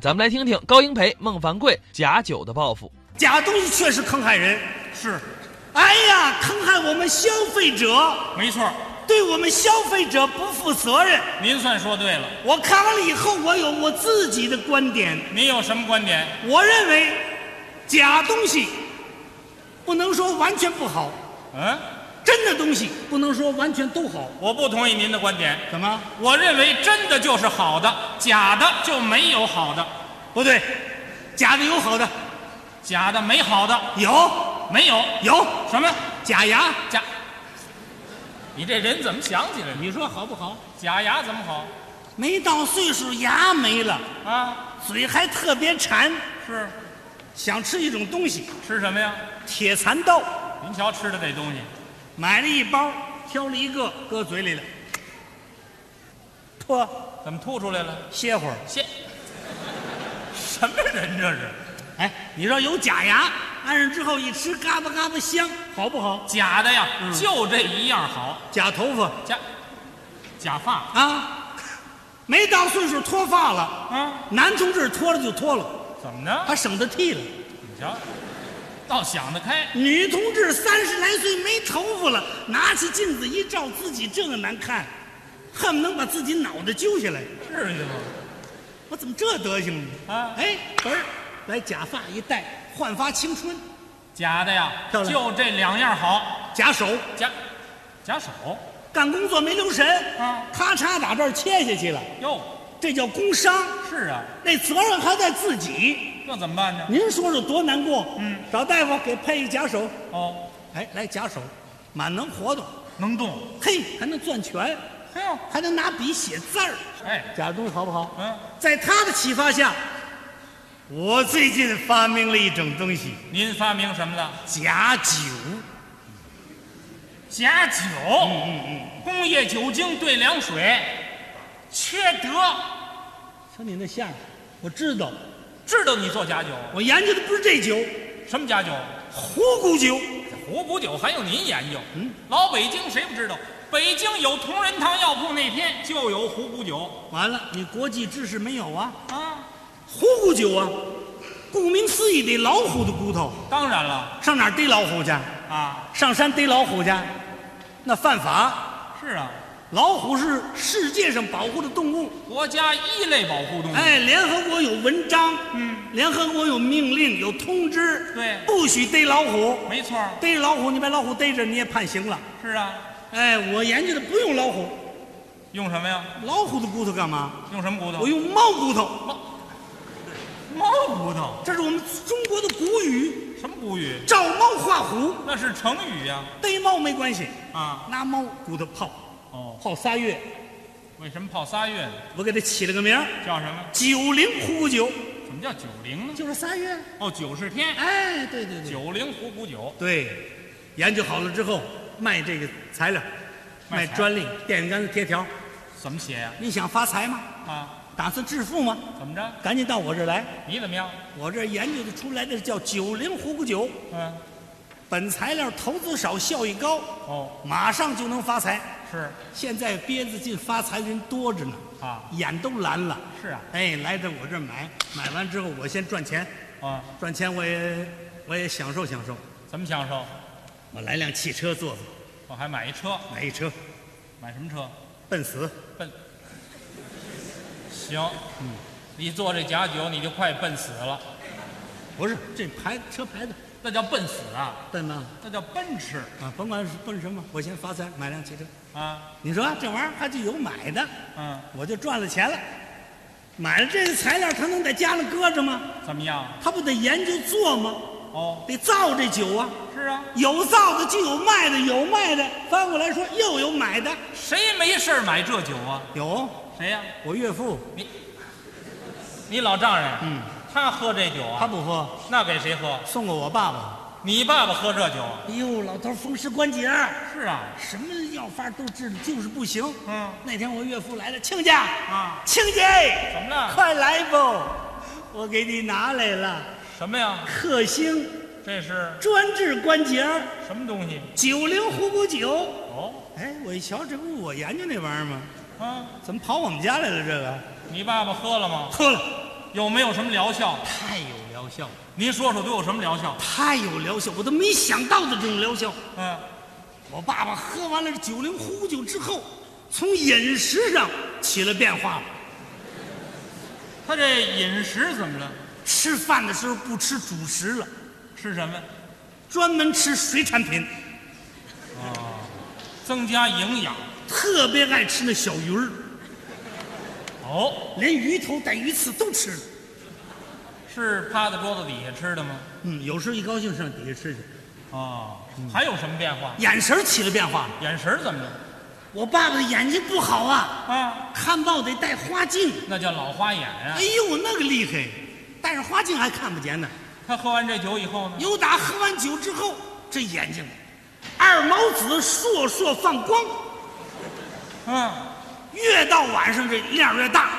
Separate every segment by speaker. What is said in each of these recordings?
Speaker 1: 咱们来听听高英培、孟凡贵假酒的报复。
Speaker 2: 假东西确实坑害人，
Speaker 3: 是，
Speaker 2: 哎呀，坑害我们消费者，
Speaker 3: 没错，
Speaker 2: 对我们消费者不负责任。
Speaker 3: 您算说对了。
Speaker 2: 我看完了以后，我有我自己的观点，
Speaker 3: 您有什么观点？
Speaker 2: 我认为假东西不能说完全不好，
Speaker 3: 嗯，
Speaker 2: 真的东西不能说完全都好。
Speaker 3: 我不同意您的观点。
Speaker 2: 怎么
Speaker 3: 我认为真的就是好的，假的就没有好的，
Speaker 2: 不对？假的有好的，
Speaker 3: 假的没好的，
Speaker 2: 有
Speaker 3: 没有
Speaker 2: 有
Speaker 3: 什么
Speaker 2: 假牙，
Speaker 3: 假。你这人怎么想起来的？
Speaker 2: 你说好不好？
Speaker 3: 假牙怎么好
Speaker 2: 没到岁数，牙没了，
Speaker 3: 啊？
Speaker 2: 嘴还特别馋，
Speaker 3: 是
Speaker 2: 想吃一种东西，
Speaker 3: 吃什么呀？
Speaker 2: 铁蚕豆。
Speaker 3: 您瞧吃的这东西，
Speaker 2: 买了一包，挑了一个，搁嘴里了，嚯，
Speaker 3: 怎么吐出来了？
Speaker 2: 歇会儿。
Speaker 3: 谢。什么人这是？
Speaker 2: 哎，你说有假牙，按上之后一吃，嘎巴嘎巴香，好不好？
Speaker 3: 假的呀，
Speaker 2: 嗯
Speaker 3: 就这一样好。
Speaker 2: 假头发
Speaker 3: 假假发
Speaker 2: 啊，没到岁数脱发了，
Speaker 3: 啊？
Speaker 2: 男同志脱了就脱了，
Speaker 3: 怎么呢？
Speaker 2: 还省得剃了。
Speaker 3: 你瞧，倒想得开。
Speaker 2: 女同志三十来岁没头发了，拿起镜子一照，自己这个难看，恨不能把自己脑袋揪下来。
Speaker 3: 至于吗？
Speaker 2: 我怎么这德行呢？
Speaker 3: 啊
Speaker 2: 哎，不是，来假发一戴，焕发青春。
Speaker 3: 假的呀，
Speaker 2: 漂亮
Speaker 3: 就这两样好。
Speaker 2: 假手
Speaker 3: 假假手
Speaker 2: 干工作没留神，
Speaker 3: 啊
Speaker 2: 咔嚓打这儿切下去了，
Speaker 3: 哟，
Speaker 2: 这叫工伤，
Speaker 3: 是啊，
Speaker 2: 那责任还在自己。
Speaker 3: 这怎么办呢？
Speaker 2: 您说说多难过？嗯，找大夫给配一假手，
Speaker 3: 哦，
Speaker 2: 哎，来假手，满能活动，
Speaker 3: 能动。
Speaker 2: 嘿，还能攥拳，
Speaker 3: 哎呦，
Speaker 2: 还能拿笔写字儿，
Speaker 3: 哎，
Speaker 2: 假东西好不好？
Speaker 3: 嗯，
Speaker 2: 在他的启发下，我最近发明了一种东西
Speaker 3: 您发明什么了
Speaker 2: ——？假酒。
Speaker 3: 假酒。嗯嗯嗯。工业酒精兑凉水，缺德。
Speaker 2: 瞧你那相，我知道，
Speaker 3: 知道你做假酒，
Speaker 2: 我研究的不是这酒，
Speaker 3: 什么假酒？
Speaker 2: 虎骨酒。
Speaker 3: 虎骨酒还用您研究？嗯，老北京谁不知道？北京有同仁堂药铺那天就有虎骨酒
Speaker 2: 完了，你国际知识没有啊？
Speaker 3: 啊。
Speaker 2: 虎骨酒啊，顾名思义，得老虎的骨头。
Speaker 3: 当然了
Speaker 2: 上哪儿逮老虎去？
Speaker 3: 啊，
Speaker 2: 上山逮老虎去，那犯法。
Speaker 3: 是啊，
Speaker 2: 老虎是世界上保护的动物，
Speaker 3: 国家一类保护动物。
Speaker 2: 哎，联合国有文章，
Speaker 3: 嗯，
Speaker 2: 联合国有命令，有通知，
Speaker 3: 对
Speaker 2: 不许逮老虎。
Speaker 3: 没错儿，
Speaker 2: 逮着老虎，你把老虎逮着，你也判刑了。
Speaker 3: 是啊。
Speaker 2: 哎，我研究的不用老虎，
Speaker 3: 用什么呀？
Speaker 2: 老虎的骨头干嘛？
Speaker 3: 用什么骨头？
Speaker 2: 我用猫骨头，
Speaker 3: 猫骨头。
Speaker 2: 这是我们中国的古语，
Speaker 3: 什么古语？
Speaker 2: 照猫画虎，
Speaker 3: 那是成语呀、
Speaker 2: 逮猫没关系。
Speaker 3: 啊。
Speaker 2: 拿猫骨头泡，
Speaker 3: 哦，
Speaker 2: 泡仨月，
Speaker 3: 为什么泡仨月呢？
Speaker 2: 我给它起了个名儿
Speaker 3: 叫什么？
Speaker 2: 九零虎骨酒”，
Speaker 3: 什么叫九龄呢？
Speaker 2: 就是仨月。
Speaker 3: 哦，九十天。
Speaker 2: 哎，对对对，
Speaker 3: 九龄虎骨酒。
Speaker 2: 对，研究好了之后卖这个材料，卖
Speaker 3: 卖材
Speaker 2: 专利、电线杆子、贴条。
Speaker 3: 怎么写呀、
Speaker 2: 你想发财吗？
Speaker 3: 啊？
Speaker 2: 打算致富吗？
Speaker 3: 怎么着？
Speaker 2: 赶紧到我这儿来，
Speaker 3: 你怎么样？
Speaker 2: 我这儿研究的出来的叫九零虎骨酒，
Speaker 3: 嗯，
Speaker 2: 本材料投资少，效益高，
Speaker 3: 哦，
Speaker 2: 马上就能发财。
Speaker 3: 是
Speaker 2: 现在憋着劲发财的人多着呢，
Speaker 3: 啊，
Speaker 2: 眼都蓝了。
Speaker 3: 是啊，
Speaker 2: 哎，来到我这儿买，买完之后我先赚钱，
Speaker 3: 啊，
Speaker 2: 赚钱我也我也享受享受。
Speaker 3: 怎么享受？
Speaker 2: 我来辆汽车坐坐，
Speaker 3: 我还买一车，
Speaker 2: 买一车，
Speaker 3: 买什么车？
Speaker 2: 奔死。
Speaker 3: 奔。行，嗯，你做这假酒，你就快奔死了。
Speaker 2: 不是这牌车牌子，
Speaker 3: 那叫奔死啊，
Speaker 2: 奔吗？
Speaker 3: 那叫奔驰
Speaker 2: 啊，甭管是奔什么，我先发财买辆汽车。
Speaker 3: 啊，
Speaker 2: 你说这玩意儿还就有买的，
Speaker 3: 嗯，
Speaker 2: 我就赚了钱了。买了这个材料，他能在家里搁着吗？
Speaker 3: 怎么样？
Speaker 2: 他不得研究做吗？
Speaker 3: 哦，
Speaker 2: 得造这酒啊，
Speaker 3: 是啊，
Speaker 2: 有造的就有卖的，有卖的翻过来说又有买的，
Speaker 3: 谁没事儿买这酒啊？
Speaker 2: 有
Speaker 3: 谁呀、
Speaker 2: 我岳父
Speaker 3: 你老丈人，
Speaker 2: 嗯，
Speaker 3: 他喝这酒
Speaker 2: 他
Speaker 3: 啊？
Speaker 2: 不喝，
Speaker 3: 那给谁喝？
Speaker 2: 送给我爸爸。
Speaker 3: 你爸爸喝这酒啊？
Speaker 2: 哎呦，老头风湿关节，
Speaker 3: 是啊，
Speaker 2: 什么药方都治了，就是不行。
Speaker 3: 嗯
Speaker 2: 那天我岳父来了，亲家
Speaker 3: 啊，
Speaker 2: 亲家。
Speaker 3: 怎么了？
Speaker 2: 快来吧，我给你拿来了
Speaker 3: 什么呀？
Speaker 2: 克星
Speaker 3: 这是
Speaker 2: 专治关节
Speaker 3: 什么东西？
Speaker 2: 九龄虎骨酒。
Speaker 3: 哦，
Speaker 2: 哎，我一瞧，这不是我研究那玩意儿吗？
Speaker 3: 啊，
Speaker 2: 怎么跑我们家来了？这个
Speaker 3: 你爸爸喝了吗？
Speaker 2: 喝了，
Speaker 3: 有没有什么疗效？
Speaker 2: 太有疗效，
Speaker 3: 您说说都有什么疗效？
Speaker 2: 太有疗效，我都没想到的这种疗效。
Speaker 3: 嗯，
Speaker 2: 我爸爸喝完了九零呼酒之后，从饮食上起了变化了。
Speaker 3: 他这饮食怎么了？
Speaker 2: 吃饭的时候不吃主食了，
Speaker 3: 吃什么？
Speaker 2: 专门吃水产品，
Speaker 3: 增加营养。
Speaker 2: 特别爱吃那小鱼儿，
Speaker 3: 哦，
Speaker 2: 连鱼头带鱼刺都吃了。
Speaker 3: 是趴在桌子底下吃的吗？
Speaker 2: 嗯，有时候一高兴上底下吃去，
Speaker 3: 哦，
Speaker 2: 嗯
Speaker 3: 还有什么变化？
Speaker 2: 眼神儿起了变化了。
Speaker 3: 眼神怎么了？
Speaker 2: 我爸爸的眼睛不好啊，
Speaker 3: 啊，
Speaker 2: 看报得戴花镜。
Speaker 3: 那叫老花眼啊
Speaker 2: 哎。呦，那个厉害，戴上花镜还看不见呢。
Speaker 3: 他喝完这酒以后呢？
Speaker 2: 有打喝完酒之后，这眼睛二毛子烁烁放光，
Speaker 3: 嗯，
Speaker 2: 越到晚上这量越大，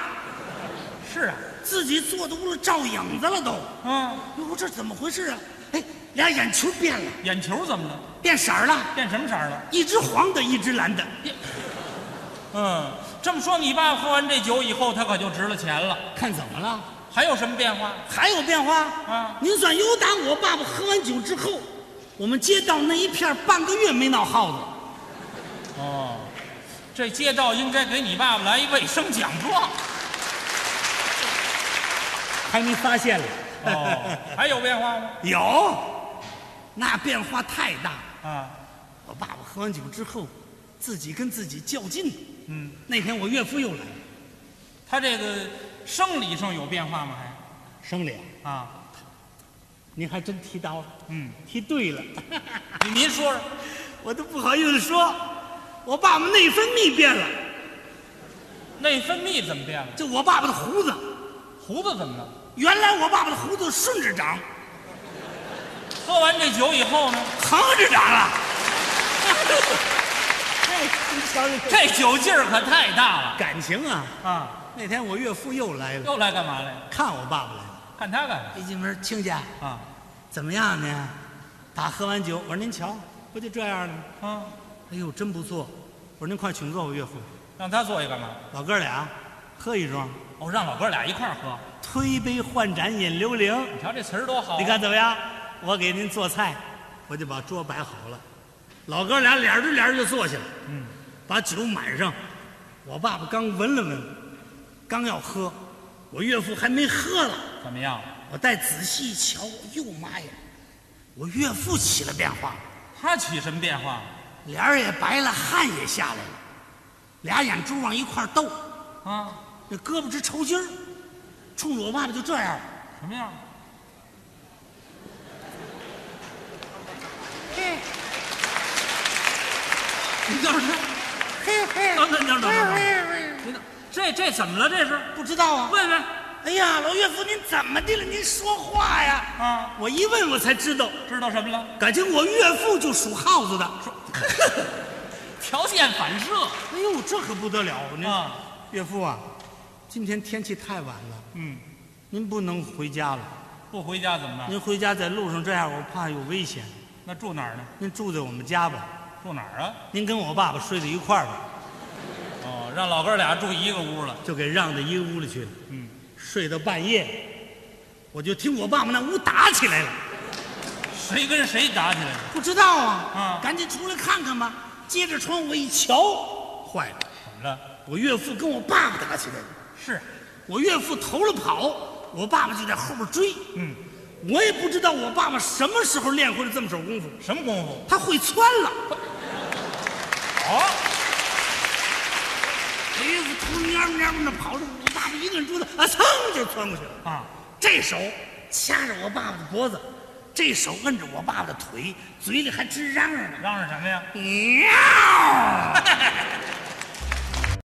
Speaker 3: 是啊，
Speaker 2: 自己坐的屋里照影子了都。
Speaker 3: 嗯，
Speaker 2: 哟，这怎么回事啊？哎，俩眼球变了，
Speaker 3: 眼球怎么了？
Speaker 2: 变色儿了，
Speaker 3: 变什么色儿了？
Speaker 2: 一只黄的，一只蓝的。
Speaker 3: 嗯，这么说你爸喝完这酒以后，他可就值了钱了。
Speaker 2: 看怎么了？
Speaker 3: 还有什么变化？
Speaker 2: 还有变化
Speaker 3: 啊？
Speaker 2: 您算有打我爸爸喝完酒之后，我们街道那一片儿半个月没闹耗子。
Speaker 3: 哦，这街道应该给你爸爸来一卫生奖状。
Speaker 2: 还没发现了。
Speaker 3: 哦，还有变化吗？
Speaker 2: 有，那变化太大了。
Speaker 3: 啊，
Speaker 2: 我爸爸喝完酒之后，自己跟自己较劲。
Speaker 3: 嗯，
Speaker 2: 那天我岳父又来了，
Speaker 3: 他这个生理上有变化吗？还
Speaker 2: 生理，
Speaker 3: 啊，
Speaker 2: 您还真提到了，
Speaker 3: 嗯，
Speaker 2: 提对了，
Speaker 3: 您您说说，
Speaker 2: 我都不好意思说，我爸爸内分泌变了，
Speaker 3: 内分泌怎么变了？
Speaker 2: 就我爸爸的胡子，
Speaker 3: 胡子怎么了？
Speaker 2: 原来我爸爸的胡子顺着长，
Speaker 3: 喝完这酒以后呢，
Speaker 2: 横着长了。哎，您瞧瞧
Speaker 3: 这酒劲儿可太大了
Speaker 2: 感情啊！
Speaker 3: 啊！
Speaker 2: 那天我岳父又来了，
Speaker 3: 又来干嘛来了？
Speaker 2: 看我爸爸来了，哎
Speaker 3: 看他干
Speaker 2: 一进门，亲家。
Speaker 3: 啥？啊
Speaker 2: 怎么样呢？打喝完酒，我说您瞧，不就这样了吗？
Speaker 3: 啊，
Speaker 2: 哎呦，真不错！我说您快请坐，我岳父，
Speaker 3: 让他坐下干嘛？
Speaker 2: 老哥俩喝一盅，
Speaker 3: 哦，让老哥俩一块儿喝。
Speaker 2: 推杯换盏饮流灵，
Speaker 3: 你瞧这词儿多好啊！
Speaker 2: 你看怎么样？我给您做菜，我就把桌摆好了，老哥俩脸对脸就坐下了，
Speaker 3: 嗯，
Speaker 2: 把酒满上。我爸爸刚闻了闻，刚要喝，我岳父还没喝了，
Speaker 3: 怎么样？
Speaker 2: 我再仔细一瞧，哎呦妈呀，我岳父起了变化了。
Speaker 3: 他起什么变化？
Speaker 2: 脸儿也白了，汗也下来了，俩眼珠往一块儿斗，
Speaker 3: 啊，
Speaker 2: 那胳膊直抽筋儿，冲着我爸爸就这样儿。
Speaker 3: 什么样？
Speaker 2: 你倒是，嘿嘿，
Speaker 3: 等等等等
Speaker 2: 哎
Speaker 3: 等等，这这怎么了？这是？
Speaker 2: 不知道啊？
Speaker 3: 问问
Speaker 2: 哎呀，老岳父，您怎么的了？您说话呀！
Speaker 3: 啊，
Speaker 2: 我一问我才知道，
Speaker 3: 知道什么了？
Speaker 2: 感情我岳父就属耗子的。
Speaker 3: 条件反射
Speaker 2: 哎呦，这可不得了！您、
Speaker 3: 啊，
Speaker 2: 岳父啊，今天天气太晚了，
Speaker 3: 嗯，
Speaker 2: 您不能回家了。
Speaker 3: 不回家怎么办？
Speaker 2: 您回家在路上这样，我怕有危险。
Speaker 3: 那住哪儿呢？
Speaker 2: 您住在我们家吧，
Speaker 3: 住哪儿啊？
Speaker 2: 您跟我爸爸睡在一块儿吧。
Speaker 3: 哦，让老哥俩住一个屋了。
Speaker 2: 就给让到一个屋里去了。
Speaker 3: 嗯，
Speaker 2: 睡到半夜，我就听我爸爸那屋打起来了，
Speaker 3: 谁跟谁打起来了？
Speaker 2: 不知道啊，
Speaker 3: 嗯
Speaker 2: 赶紧出来看看吧。接着窗户一瞧，坏了，
Speaker 3: 怎么了？
Speaker 2: 我岳父跟我爸爸打起来了。
Speaker 3: 是，
Speaker 2: 我岳父头了跑，我爸爸就在后边追。
Speaker 3: 嗯，
Speaker 2: 我也不知道我爸爸什么时候练会了这么手功夫，
Speaker 3: 什么功夫？
Speaker 2: 他会窜了。
Speaker 3: 哦，
Speaker 2: 我岳父头蔫蔫的跑着，我爸爸一个人追他，啊，噌就窜过去了。
Speaker 3: 啊，
Speaker 2: 这手掐着我爸爸的脖子，这手摁着我爸爸的腿，嘴里还直嚷嚷呢。
Speaker 3: 嚷嚷什么呀？
Speaker 2: 喵！